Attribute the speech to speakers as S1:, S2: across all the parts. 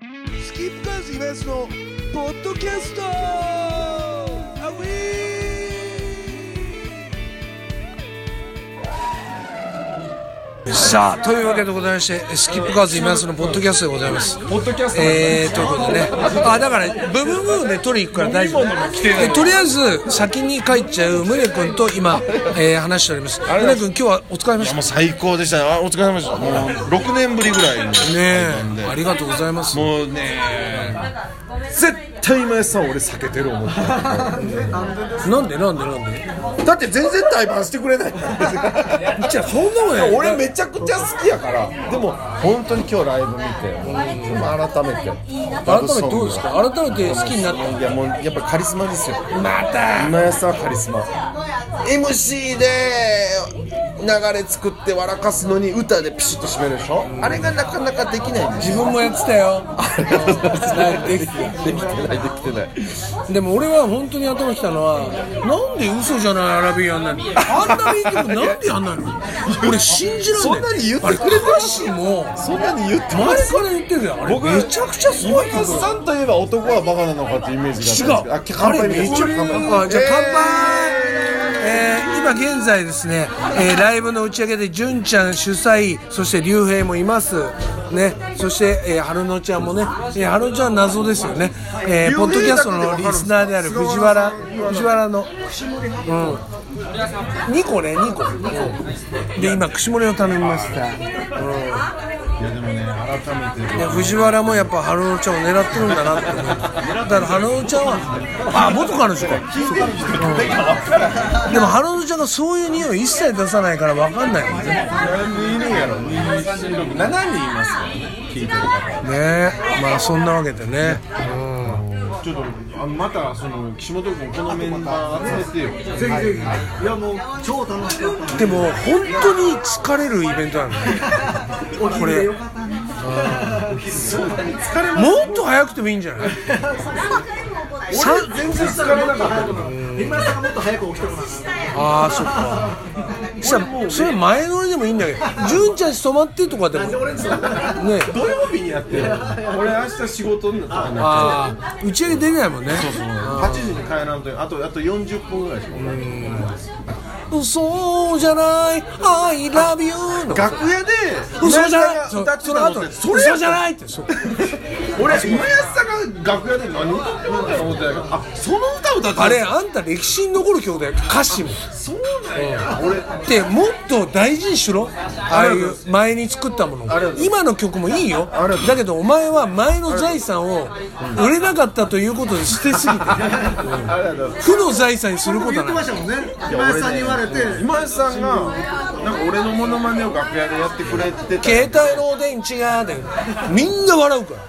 S1: キープカーズイベントのポッドキャストアウィーさあというわけでございましてスキップカーズイメンスのポッドキャストでございます
S2: ポッドキャストの
S1: えー、ということでねあだからブブブーで取り行くから大丈夫
S2: 飲み物も来てない
S1: でとりあえず先に帰っちゃうムネ君と今、えー話しておりますムネ君今日はお疲れ様でした
S3: もう最高でしたねあお疲れ様でしたもう6年ぶりぐらい
S1: ね
S3: に
S1: えありがとうございます
S3: もうね
S2: 絶対今井さん俺避けてる思った
S1: なんでなんでなんで
S2: だって全然対バンしてく れないから
S1: じゃあそんなことない
S2: 俺めちゃくちゃ好きやからでも本当に今日ライブ見て、うん、まあ改めて
S1: 改めてどうですか改めて好きになった
S2: いやもうやっぱカリスマですよまた今井さんはカリスマ MC で流れ作って笑かすのに歌でピシッと締めるでしょあれがなかなかできないんですよ
S1: 自分もやってたよ
S2: できてないできてない
S1: でも俺は本当に頭きたのはなんで嘘じゃないアラビアやんないのあんな名曲なんでやんないの俺信じらんない
S2: そんなに言って
S1: あれ
S2: くれてる
S1: 歌詞も
S2: そんなに言って
S1: 前から言ってるよあれ
S2: 僕
S1: めちゃくちゃすごい曲
S2: 今井さんといえば男はバカなのかってイメージ
S1: 違
S2: が
S1: う
S2: あるんですけどあ乾杯
S1: あれめ
S2: み
S1: ちゃ
S2: たい
S1: くち
S2: な
S1: ゃあじゃあ乾杯えー今現在ですね、えーライブの打ち上げで純ちゃん主催そして竜兵もいますねそして、えー、春乃ちゃんもね、えー、春乃ちゃんは謎ですよね、えーポッドキャストのリスナーである藤原藤原のうん2個ね2個、うんで今串盛りを頼みました、うん
S3: いやでもね改めて
S1: いや藤原もやっぱ春野ちゃんを狙ってるんだなって思うだから春野ちゃんはあ元彼女かうんでも春野ちゃんがそういう匂い一切出さないから分かんないもんねね
S2: 何人いるんやろ7人いますよ聞いてる方
S1: えまあそんなわけでね
S3: ちょっとあまたその岸本君このメンバー集めてよ
S4: いやもう超楽しかった
S1: でも本当に疲れるイベントなんだねこれもっと早くてもいいんじゃないさん
S2: 全然疲れなかった
S4: 今井さんがもっと早く起きてもらう
S1: ああそっかさそれ前乗りでもいいんだけど純ちゃんち泊まってとかでもねえ
S2: 土曜日にやってる俺明日仕事になったから
S1: ああ打ち上げ出れないもんね
S3: 8時に帰らんとあとあと40分ぐらいしか
S1: 嘘じゃない I love you の
S2: 楽屋で
S1: 嘘じゃない
S2: 今
S1: そ
S2: 井さんが歌ってたのっ
S1: その後で
S2: て
S1: 嘘じゃないってそう
S2: 俺今井さんが楽屋で何歌ってるんだろう思ってたけどあその歌歌ってた
S1: あれあんた歴史に残る曲だよ歌詞も
S2: そうなんや俺
S1: でもっと大事にしろああいう前に作ったもの
S2: がとうござい
S1: 今の曲もいいよ
S2: がとうございます
S1: だけどお前は前の財産を売れなかったということで捨てすぎて
S2: あれだよ
S1: 負の財産にすること
S4: 言
S1: は
S4: ってました
S1: ない
S4: もんね今井さんに言われて
S3: 今井さんがなんか俺のモノマネを楽屋でやってくれてた
S1: 携帯のお電池がだよみんな笑うから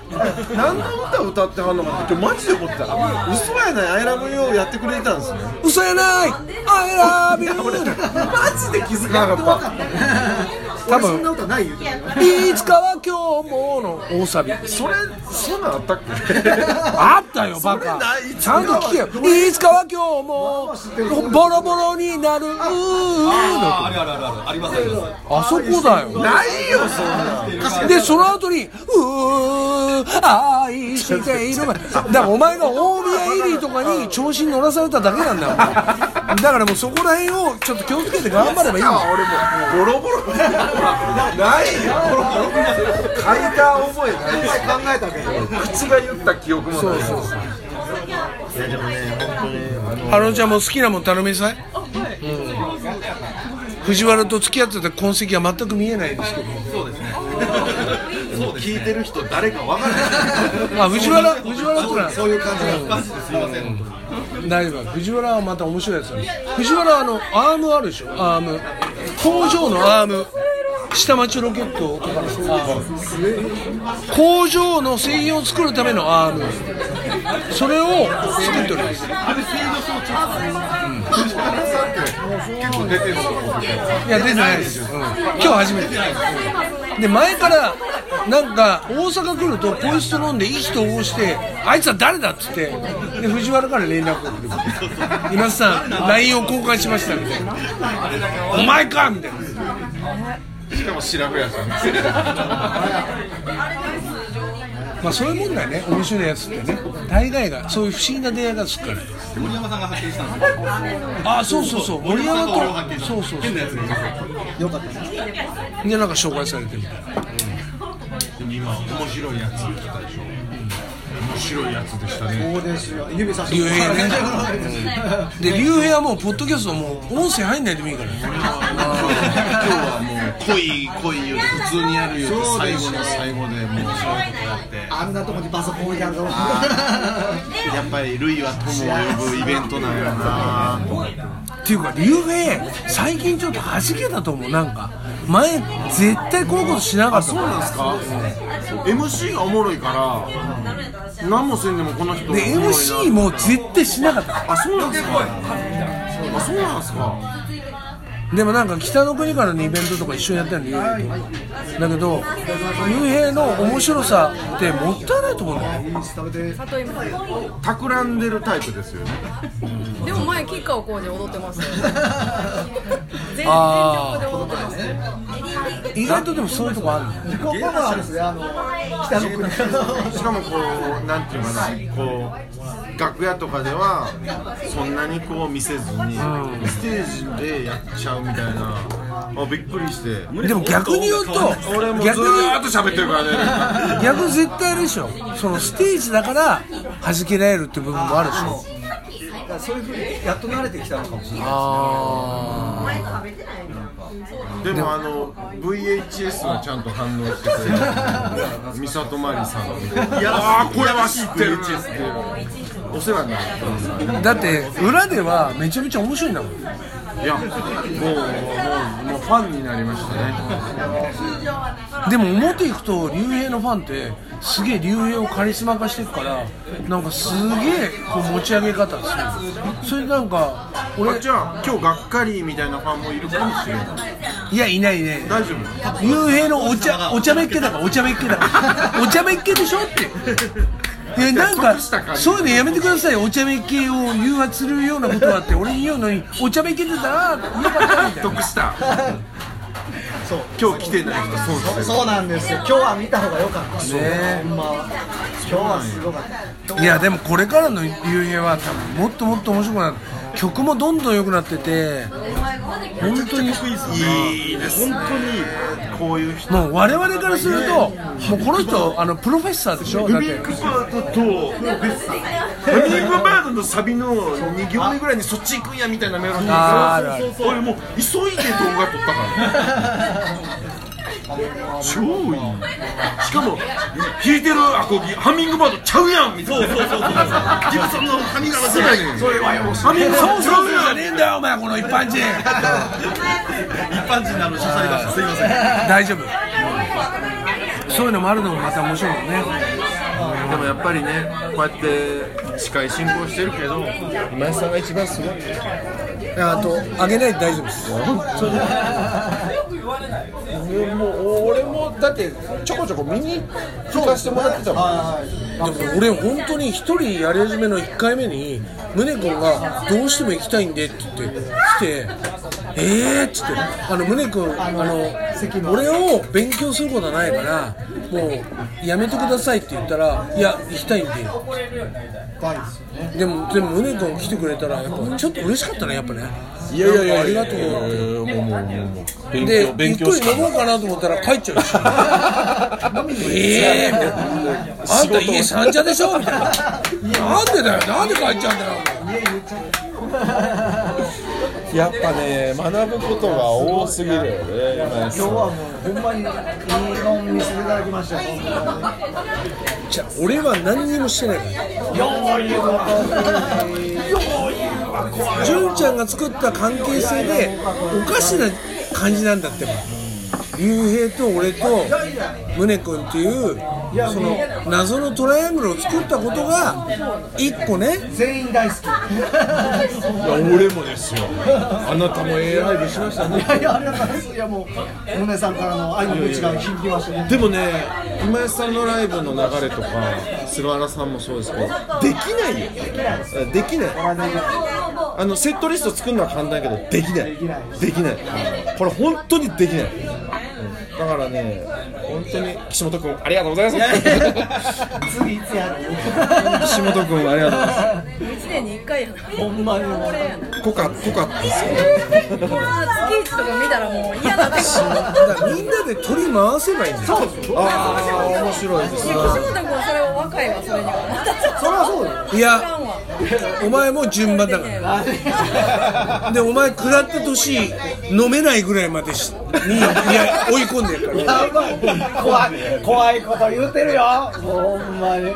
S2: 何の歌歌ってはんのかって今日マジで思ってた嘘やない「アイラブユーをやってくれてたんですね
S1: 嘘やない I love you
S4: マジで気づかなかった多分そんなことない言うてたよ
S1: いつかは今日もの大サビ
S2: それそんなんあったっけ
S1: あったよバカ
S2: ない
S1: ちゃんと聞けよいつかは今日もボロボロになるうーの
S5: あるあるあるあるありますあります
S1: あそこだよ
S2: ないよそんなん
S1: でその後に「うー愛しているまで」だからお前が大宮エリーとかに調子に乗らされただけなんだよだからもうそこら辺をちょっと気をつけて頑張ればいいんだよ
S2: ボロボロないよ書いた覚えないし考えたけど口が言った記憶もないそうそう
S1: ハロちゃんも好きなもん頼みなさい、うん藤原と付き合ってた痕跡は全く見えないですけど
S3: 聞いてる人誰かわからな
S1: あ
S3: い
S1: 藤原藤原ってのは
S4: そういう感じが
S5: マジですいません本当に
S1: 大丈夫藤原はまた面白いやつだ藤原はあのアームあるでしょアーム工場のアーム下町ロケットとかのアーム工場の製品を作るためのアームそれを作っております
S3: 結構出てると思う
S1: いや出てないですよ、うん今日初めて、で前からなんか大阪来るとこいつと飲んで意気投合してあいつは誰だっつってで藤原から連絡をくる今津さん LINE を交換しましたみたいなお前かみたいな
S3: しかも白子屋さん
S1: まあ、そういうもんだよね面白いやつってね大概がそういう不思議な出会いがつくから
S6: 森山さんが発見したんですよ
S1: あそうそうそう森山
S6: 森山さんが俺を発見
S1: と
S6: した
S1: そうそうそ
S6: 変なやつがいますよ
S7: よかったね
S1: うでなんか紹介されてみたいな
S2: でも今面白いやつ言ってたでしょ面白いやつでしたね
S7: そうですよ指さして
S1: 竜兵ねで竜兵はもうポッドキャストもう音声入んないでもいいから
S2: 今日はもう濃い濃いより普通にやるより最後の最後でもう面白いことやって
S7: あんなとこにパソコン置いてあるぞ
S2: やっぱりルイは友を呼ぶイベントなんやな
S1: っていうか竜兵最近ちょっとはじけたと思うなんか前絶対こういうことしなかったから
S2: ですか MC がおもろいから何もせんでもこの人
S1: で MC も絶対しなかった
S2: あそうなんですかあそうなんですか
S1: でもなんか北の国からのイベントとか一緒にやってるの竜兵とだけど竜兵の面白さってもったいないと思うんだよね
S7: 食べて
S8: 里芋
S2: 企んでるタイプですよね
S8: でも前吉川晃司踊ってましたよ全全
S1: あ
S8: 力で踊ってましたよ
S1: 意外とでもそういうとこあるのよ
S7: 自己パワーですねあの北の国
S2: しかもこうなんていうのかなこう楽屋とかではそんなにこう見せずにステージでやっちゃうみたいなあびっくりして
S1: でも逆に言うと
S2: 俺もずー
S1: 逆
S2: っ
S1: に
S2: と喋ってるからね
S1: 逆に絶対あれでしょそのステージだからはじけられるっていう部分もあるでしょ
S7: そういうふうにやっと慣れてきたのかもしれない
S1: あ
S2: でもあの VHS はちゃんと反応してく れる美里真理さんいやあーこれは知ってるお世話になった
S1: あだって裏ではめちゃめちゃ面白いんだもん
S2: いやもうもうもうファンになりましたね
S1: でも表行くと竜兵のファンってすげえ竜兵をカリスマ化していくからなんかすげえこう持ち上げ方するそれなんか
S2: こ
S1: 俺
S2: っちは今日がっかりみたいなファンもいるかもしれない
S1: いやいないね
S2: 大丈夫
S1: 竜兵のお茶お茶目っ気だからお茶目っ気だからお茶目っ気でしょっていやなんか
S2: 得した感じ
S1: そういうのやめてくださいお茶目っ気を誘発するようなことがあって俺に言うのにお茶目っ気でだなよかったみたいな
S2: 得した
S7: そう
S2: 今日来てない人損して
S7: そう
S2: る
S7: そうなんですよ今日は見た方が良かった
S1: ね
S7: ほんまは今日はすごかった
S1: いやでもこれからの竜兵は多分もっともっと面白くなる曲もどんどん良くなってて本当に
S2: いいです本当にいいこういう人
S1: もう我々からするともうこの人あのプロフェッサーでしょだっ
S2: ルビ
S1: て
S2: ックバードとルビックバードのサビの2行目ぐらいにそっち行くんやみたいなメロディー
S1: あ
S2: がそ
S1: ー
S2: うそうそう俺もう急いで動画撮ったから超いいしかも弾いてるアコギハミングバードちゃうやんみたいなそうそうそうそうギブソンのハミングバードそれはよハミングバー
S1: そう
S2: ドち
S1: そうじ
S2: ゃ
S1: ゃ
S2: う
S1: ね
S2: やん
S1: えんだよお前この一般人
S6: 一般人なの主催だしすいません
S1: 大丈夫そういうのもあるのもまた面白いもんね
S2: でもやっぱりねこうやって司会進行してるけど今井さんが一番すごい
S1: あとあげないで大丈夫です
S3: もう俺もだってちょこちょこ見に行かせてもらってたもん
S1: 俺本当に一人やり始めの1回目に宗君がどうしても行きたいんでって言って来てえーっつってあの宗君あの俺を勉強することはないからもうやめてくださいって言ったらいや行きたいんででもでも宗君来てくれたらやっぱちょっと嬉しかったねやっぱねいやいやいやありがとうってでゆっくり飲もうかなと思ったら帰っちゃうしええー、みたいなあんた家三茶でしょみたいな。なんでだよ、なんで帰っちゃうんだよ。
S3: やっぱね学ぶことが多すぎるよね今井さ
S7: 今日
S3: ん
S7: はもうほんまにいいのを見せていただきましたよ本当に
S1: じゃあ、俺は何にもしてないから。純ちゃんが作った関係性で、おかしな感じなんだってば。竜兵と俺と宗君っていうその謎のトライアングルを作ったことが一個ね
S7: 全員大好き
S2: 俺もですよあなたも AI でしましたね
S7: いやありがとうございますいやもう宗さんからの愛の口が響きましたね
S2: でもね今井さんのライブの流れとか菅原さんもそうですけどできないよできないあのセットリスト作るのは簡単やけどできないできないこれ本当にできない
S3: だからね本当に岸本君ありがとうございます
S7: 次いつやる
S3: 岸本君ありがとうございます
S8: 一年に一回やな。
S7: ほんまにも
S8: これやな。
S3: 濃か濃かったですよ
S8: この月一とか見たらもう嫌だな。岸
S1: だからみんなで取り回せばいいんですよ
S3: ああ面白いですね
S8: 本君それは若いわそれには。
S7: それはそうだよ
S1: い
S8: 知ら
S1: や
S8: んわ。
S1: お前も順番だからでお前下って年飲めないぐらいまでしにいや追い込んでるから
S7: やばい怖い怖いこと言うてるよもうほんまに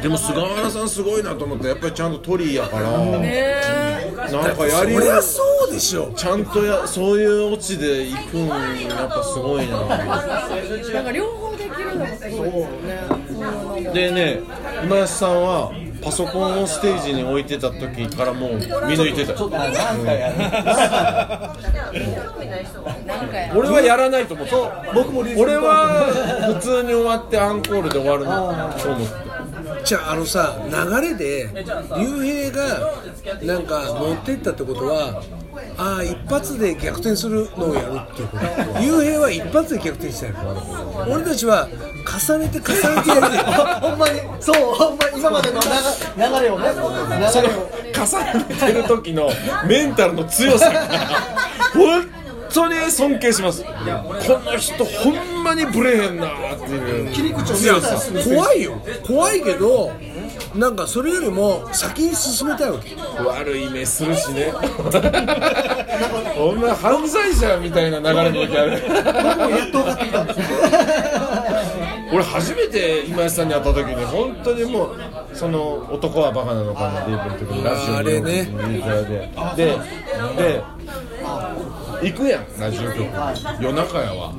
S3: でも菅原さんすごいなと思ってやっぱりちゃんとトリやから
S8: え
S3: なんかやり
S1: そりゃそうでしょ
S3: ちゃんとやそういうオチで行くんやっぱすごいな
S8: ー、なんか両方できるのがすごいですよね。
S3: でね今安さんはパソコンをステージに置いてた時からもう見抜いてた
S7: なんかや
S8: なんかや。
S3: 俺はやらないと思ってた
S7: 僕もリズム
S3: 俺 は普通に終わってアンコールで終わるなと思って
S1: じゃああのさ流れで竜兵がなんか持ってったってことはああ一発で逆転するのをやるっていうこと竜兵は一発で逆転したいの俺たちは重ねて重ねてやるのよ
S7: ほんまにそうほんまに今までの流流れをね流れを
S3: 重ねてる時のメンタルの強さが本当に尊敬しますこの人ほんまにブレへんなっていう切り口強さ
S1: 怖いよ怖いけどなんかそれよりも先に進めたいわけ
S3: 悪い目するしねお前犯罪者みたいな流れの時ある
S7: 僕もやっと分かってきたんですよ
S3: 俺初めて今井さんに会った時に本当にもうその「男はバカなのかな」って言ってる時にラジオ
S1: あれね
S3: ででで行くやんラジオ局夜中やわ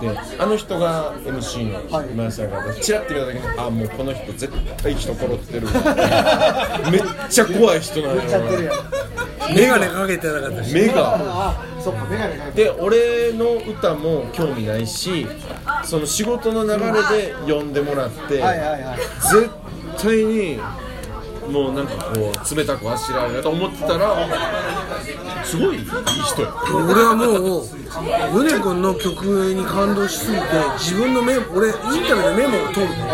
S3: であの人が MC の今井さんがチラッて見た時にあもうこの人絶対人転って るわめっちゃ怖い人なんや
S7: やってるやん
S1: 眼鏡かけてなかったし
S3: 目が。
S7: あそっかメガネかけて
S3: で俺の歌も興味ないしその仕事の流れで呼んでもらって、
S7: はいはいはい
S3: 絶対にもうなんかこう冷たくあしらわれると思ってたらすごいいい人や
S1: 俺はもう宗君の曲に感動しすぎて自分のメモ俺インタビューでメモを取るの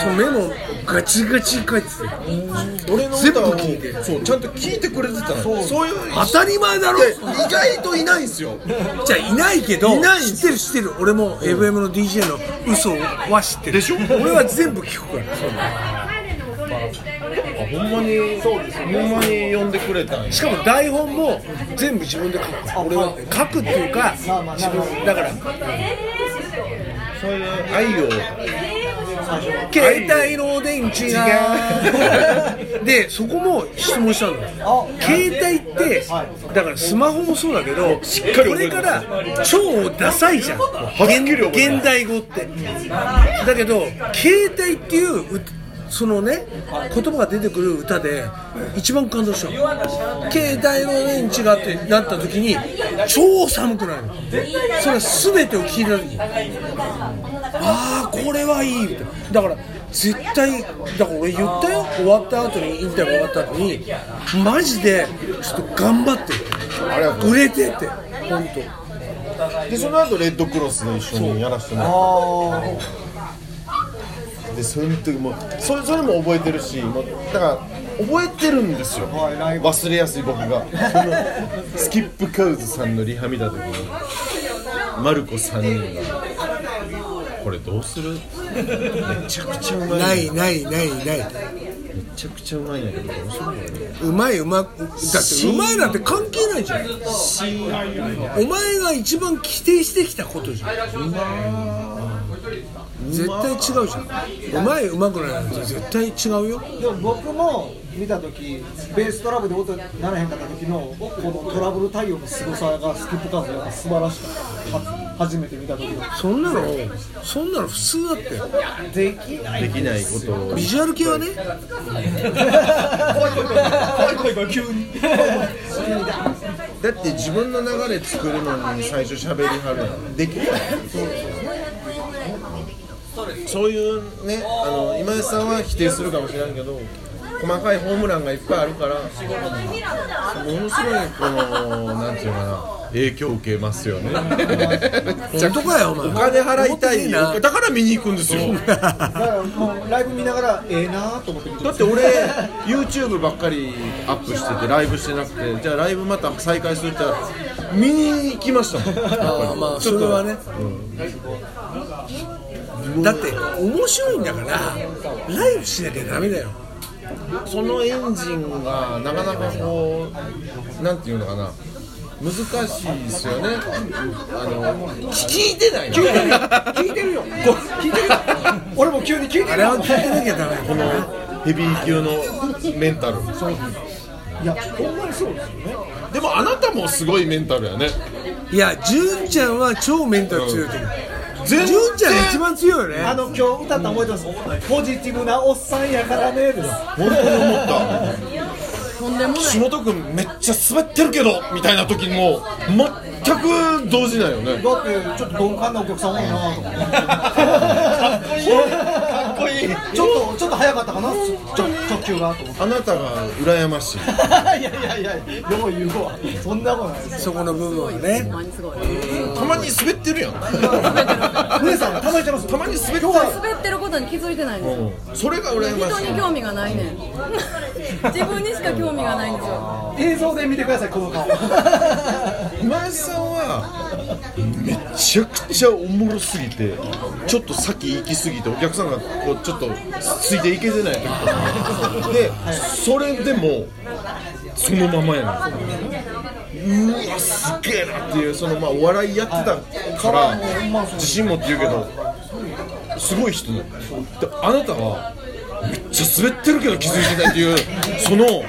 S1: そのメモをガチガチに書いてた
S3: 俺の
S1: 全部
S3: 歌を
S1: 聞いて
S3: そうちゃんと聞いてくれてたのそういう
S1: 当たり前だろ
S3: 意外といないんすよ
S1: じゃあいないけど
S3: いないん
S1: 知ってる知ってる俺も FM の DJ の嘘は知ってる
S3: でしょ
S1: 俺は全部聞くから
S3: ほんまにそうですほんまに呼んでくれたんや
S1: しかも台本も全部自分で書く俺は書くっていうか自分だから
S3: そういう愛を
S1: 携帯の電池がでそこも質問したんだよ携帯ってだからスマホもそうだけど
S3: かり
S1: こ
S3: 覚え
S1: れ
S3: て
S1: か
S3: ます
S1: ら超ダサいじゃん
S3: っきり覚えてます
S1: 現代語ってだけど携帯っていううそのね言葉が出てくる歌で一番感動したの携帯の電池がってなった時に超寒くなるのそれは全てを聞いた時にああこれはいいみたいなだから絶対だから俺言ったよ終わった後にインタビュー終わった後にマジでちょっと頑張って
S3: ありがとう
S1: 売れてって本
S3: でその後レッドクロスで一緒にやらせてもらって
S7: あ
S3: でそれの時もうそれそれも覚えてるしもうだから覚えてるんですよ
S7: はいライブ
S3: 忘れやすい僕が そのスキップカウズさんのリハ見た時にマルコ3人が「これどうする?」めちゃくちゃうま
S1: 当
S3: い
S1: な
S3: め
S1: いないないない
S3: ちゃくちゃうまいんやけどどうするの
S1: うまいうまくだってうまいなんて関係ないじゃんお前が一番規定してきたことじゃん絶対違うじゃんうまいうまくないなんて絶対違うよ
S7: ーでも僕も見た時ベーストラブルで音ならへんかった時のこのトラブル対応の凄さがスキップカーズが素晴らしかったは初めて見た時の
S1: そんなのそんなの普通だって
S7: できない
S3: できないことを
S1: ビジュアル系はね
S3: だって自分の流れ作るのに最初喋りはるやんできないそういうねあの今井さんは否定するかもしれんけど細かいホームランがいっぱいあるからものすごいこのなんていうのかな影響を受けますよね
S1: 本当かよお前
S3: お金払いたいよだから見に行くんですよ
S7: だからもうライブ見ながらええなと思って見て
S3: だって俺 YouTube ばっかりアップしててライブしてなくてじゃあライブまた再開するって言ったら見に行きましたもんやっぱり
S1: まあ
S3: ちょ
S1: そ
S3: っと
S1: れはね、だって面白いんだからライブしなきゃダメだよ
S3: そのエンジンがなかなかこうなんていうのかな難しいですよねあの聞いてない聞いて
S1: 聞いてるよ聞いてるよ
S7: 俺も急に聞いて
S1: あ
S7: る
S1: れは聞いてなきゃダメ
S3: このヘビー級のメンタル
S7: いやほんまにそうですよね
S3: でもあなたもすごいメンタルやね
S1: いや純ちゃんは超メンタル強いと思う純ちゃんが一番強いよね
S7: あの今日歌った覚えてますポジティブなおっさんやからねです
S3: 本当に思った
S8: とんでもない
S3: 岸本君めっちゃ滑ってるけどみたいな時も全く動じないよね
S7: だってちょっと鈍感なお客さん多いなと思って
S3: かっこいい
S7: ちょっとちょっと早かったかなちょちょ直球がと思って
S3: あなたが羨ましい
S7: いやいやいやよう言うわそんなことないです
S1: そこの部分はね
S8: ほんまにすごい
S3: たまに滑ってる やん
S7: 姉さんたまにちゃいます
S3: たまに滑ってる
S8: 滑ってることに気づいてないんですよ
S3: それが羨ま
S8: 人
S3: しい
S8: に興味がないねん自分にしか興味がないんですよ
S7: 映像で見てくださいこの顔
S3: 今井さんはめちゃくちゃおもろすぎてちょっと先行きすぎてお客さんがこうちょっとついていけてない時とかでそれでもそのままやねんうわすげえなっていうそのまあお笑いやってたから自信持って言うけどすごい人なのであなたはめっちゃ滑ってるけど気づいてないっていうその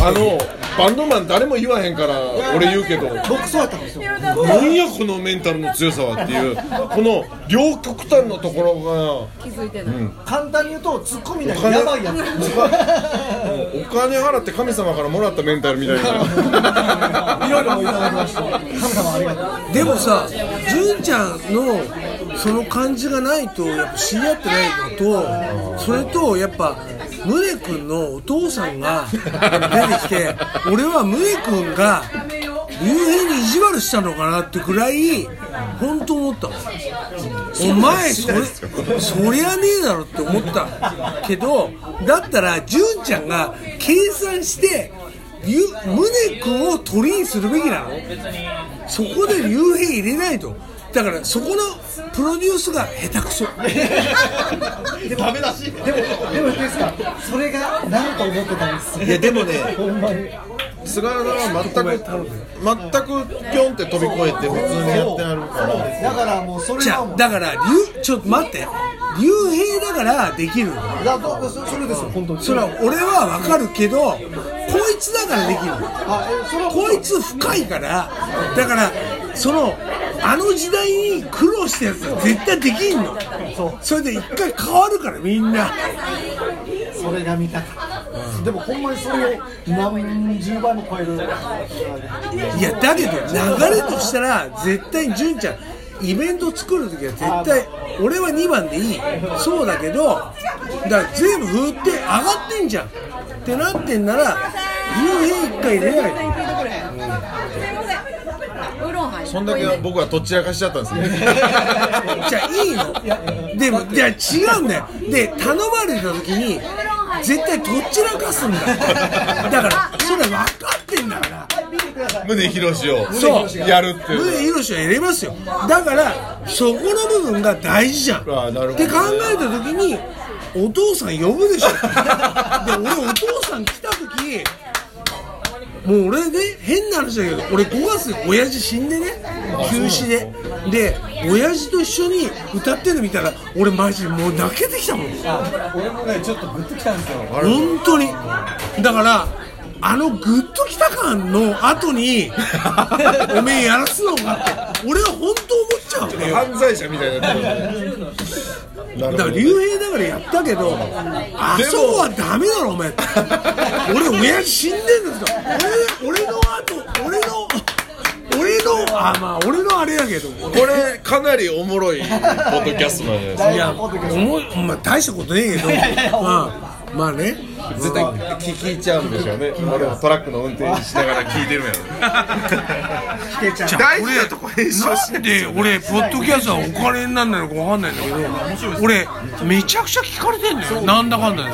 S3: あのバンドマン誰も言わへんから俺言うけど
S7: 僕そうやったんですよ
S3: 何やこのメンタルの強さはっていうこの両極端のところ
S8: 気づいてない、
S7: 簡単に言うとツッコミなんかやばいや つ
S3: がもうお金払って神様からもらったメンタルみたいな
S7: いろいろいただきました神様ありがとう
S1: でもさ純ちゃんのその感じがないとやっぱ知り合ってないのとそれとやっぱムネ君のお父さんが出てきて俺はムネ君が竜兵に意地悪したのかなってくらい本当思ったわお前それそりゃねえだろって思ったけどだったら純ちゃんが計算してゆムネ君を取りにするべきなのそこで竜兵入れないとだからそこのプロデュースが下手くそ
S6: ダメだし
S7: でもでもいいですかそれがなんか思ってたんです
S3: いやでもね
S7: ほんまに
S3: 菅原は全く全くピョンって飛び越えて普通にやってあるから
S7: だからもうそれ
S1: じゃ
S7: はも
S1: あ
S7: う
S1: だから竜ちょっと待って竜兵だからできるの
S7: だからそそれですよ本当に
S1: それは俺は分かるけどこいつだからできるの
S7: あえそれは
S1: こいつ深いからだからそのあの時代に苦労したやつは絶対できんのそれで一回変わるからみんな
S7: それが見たかった、でもほんまにそれを何十倍も超える
S1: いやだけど流れとしたら絶対に純ちゃんイベント作るときは絶対俺は2番でいいそうだけどだから全部振って上がってんじゃんってなってんなら竜兵一回入れないと
S8: ウーロンハイ
S3: そんだけ僕はとっちらかしちゃったん ですね
S1: じゃあいいのでもじゃあ違うんだよで頼まれた時に絶対どちらかすんだだからそれ分かってんだから
S3: 宗宏を
S1: そう
S3: やるっていう
S1: 宗宏はやりますよだからそこの部分が大事じゃん
S3: ああなる
S1: っ
S3: ほどね
S1: て考えた時にお父さん呼ぶで しょで俺お父さん来た時もう俺ね変な話だけど俺5月に親父死んでね急死でで親父と一緒に歌ってるの見たら俺マジでもう泣けてきたもん
S7: 俺もねちょっとグッときたんですよ
S1: 本当にだからあのグッときた感の後 におめえやらすのかって俺は本当思っちゃうね
S3: 犯罪者みたいになってる なるほ
S1: だから
S3: ど
S1: 竜兵だからやったけどあそこはダメだろお前俺親父死んでんですから俺俺の後俺の俺のあまあ俺のあれやけど
S3: これかなりおもろいポッドキャストなんじゃないですか
S1: いやおもお前大したことねえけどうんまあね
S3: 絶対聞いちゃうんでしょうね俺もトラックの運転しながら聞いてるや
S7: 聞けちゃう
S3: 大事なとこ編集し
S1: なんで俺ポッドキャストはお金になんないのかわかんないんだけど俺めちゃくちゃ聞かれてんだよなんだかんだで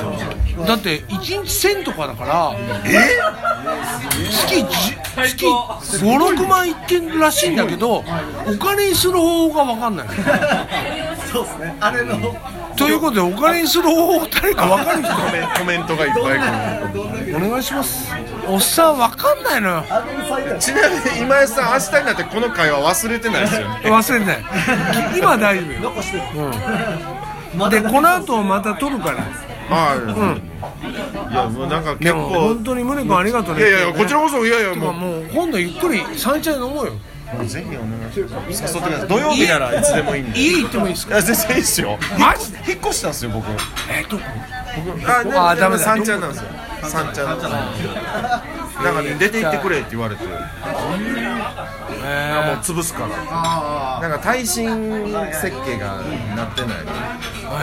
S1: だって1日1000とかだからえ月じ月56万いってるらしいんだけどお金にする方法がわかんない
S7: そうですねあれの
S1: ということでお金にする方法誰かわかる人
S3: コメントがいっぱい来る
S1: お願いしますおっさんわかんないのよ
S7: あれの最大
S3: ちなみに今井さん明日になってこの会話忘れてないですよね
S1: 忘れない今大丈夫よ
S7: 残して
S1: で
S7: る
S1: この後また撮るから
S3: はい、いやもうなんか
S1: で
S3: 結
S1: も
S3: 構
S1: 本当に胸君ありがとう
S3: い
S1: ね
S3: やいやいやこちらこそいやいや
S1: ま
S3: も
S1: あ
S3: う
S1: もう今度ゆっくり三茶で飲もうよ
S3: ぜひお願いします誘ってください土曜日ならいつでもいいんでい
S1: 家行ってもいいですか
S3: や全然いいっすよマジ引っ越したんですよ僕
S1: えっと
S3: あでも
S1: あダメだ
S3: 三茶なんですよ三茶なんですよなんかね出て行ってくれって言われてもう潰すからなんか耐震設計がなってない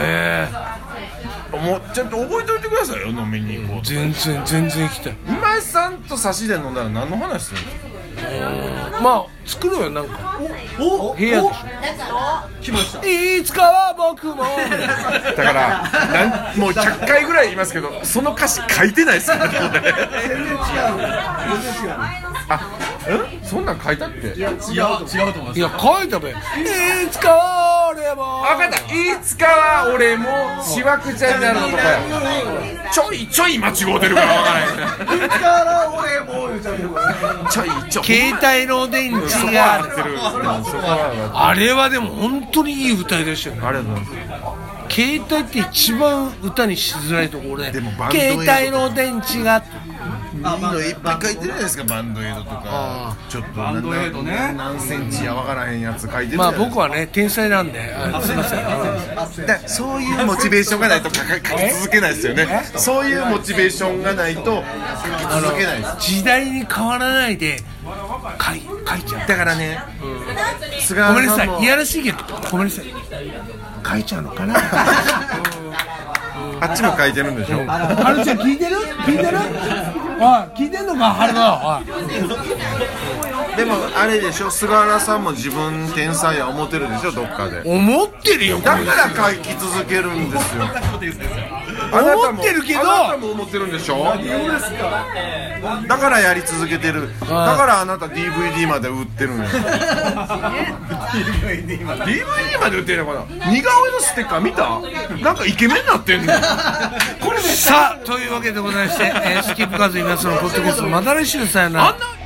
S1: え
S3: もうちゃんと覚えておいてくださいよ飲みに行こうと
S1: 全然全然行きたい
S3: 今井さんと差しで飲んだら何の話するんですか
S1: まあ作ろうよなんかお部屋でし
S6: 来ました
S1: ょいつかは僕も
S3: だからなんもう100回ぐらい言いますけどその歌詞書いてないですよねあえそんなん書いたっけ
S6: いや違うと思いま
S1: い
S6: す
S1: や書いたべいつかは俺も
S3: 分かったいつかは俺もしわくちゃになるのとかちょいちょい間違うてるから分から
S7: だから俺もう言っちゃってるから
S3: ないちょいちょい
S1: 携帯の電池が
S3: てる
S1: あれはでも本当にいい歌いでしたよね
S3: ありがとうございます
S1: 携帯って一番歌にしづらいところで
S3: でもバンド
S1: 携
S3: 映像
S1: 帯の電池が
S3: いいのいっぱい書いてるじゃないですかバンドエイドとかちょっとバ
S6: ンドエイドね
S3: 何センチや分からへんやつ書いてる
S1: まあ僕
S3: は
S1: はね天才なんであすいません
S3: そういうモチベーションがないと書か書き続けないですよねそういうモチベーションがないと書き続けないです
S1: 時代に変わらないで書い書いちゃう
S3: だからね菅
S1: ごめんな
S3: 原さんも
S1: さいいやらしいけどごめんなさい書いちゃうのかな
S3: あっちも書いてるんでしょ
S1: はるちゃん聞いてる聞いてる おい聞いてんのかはるの
S3: でもあれでしょ菅原さんも自分天才や思ってるでしょどっかで
S1: おい思ってるよこ
S3: だ
S1: れ
S3: から書き続けるんですよあなた
S1: 思
S3: も
S1: ってるけど
S3: あなたも思ってるんでしょだからやり続けてるだからあなた DVD まで売ってるんや DVD まで売ってるのかな似顔絵のステッカー見たなんかイケメンになってんのこれで
S1: さあというわけでございまして、えースキップカーズ皆さんのポッドキャストまた来週さよなら
S3: あんな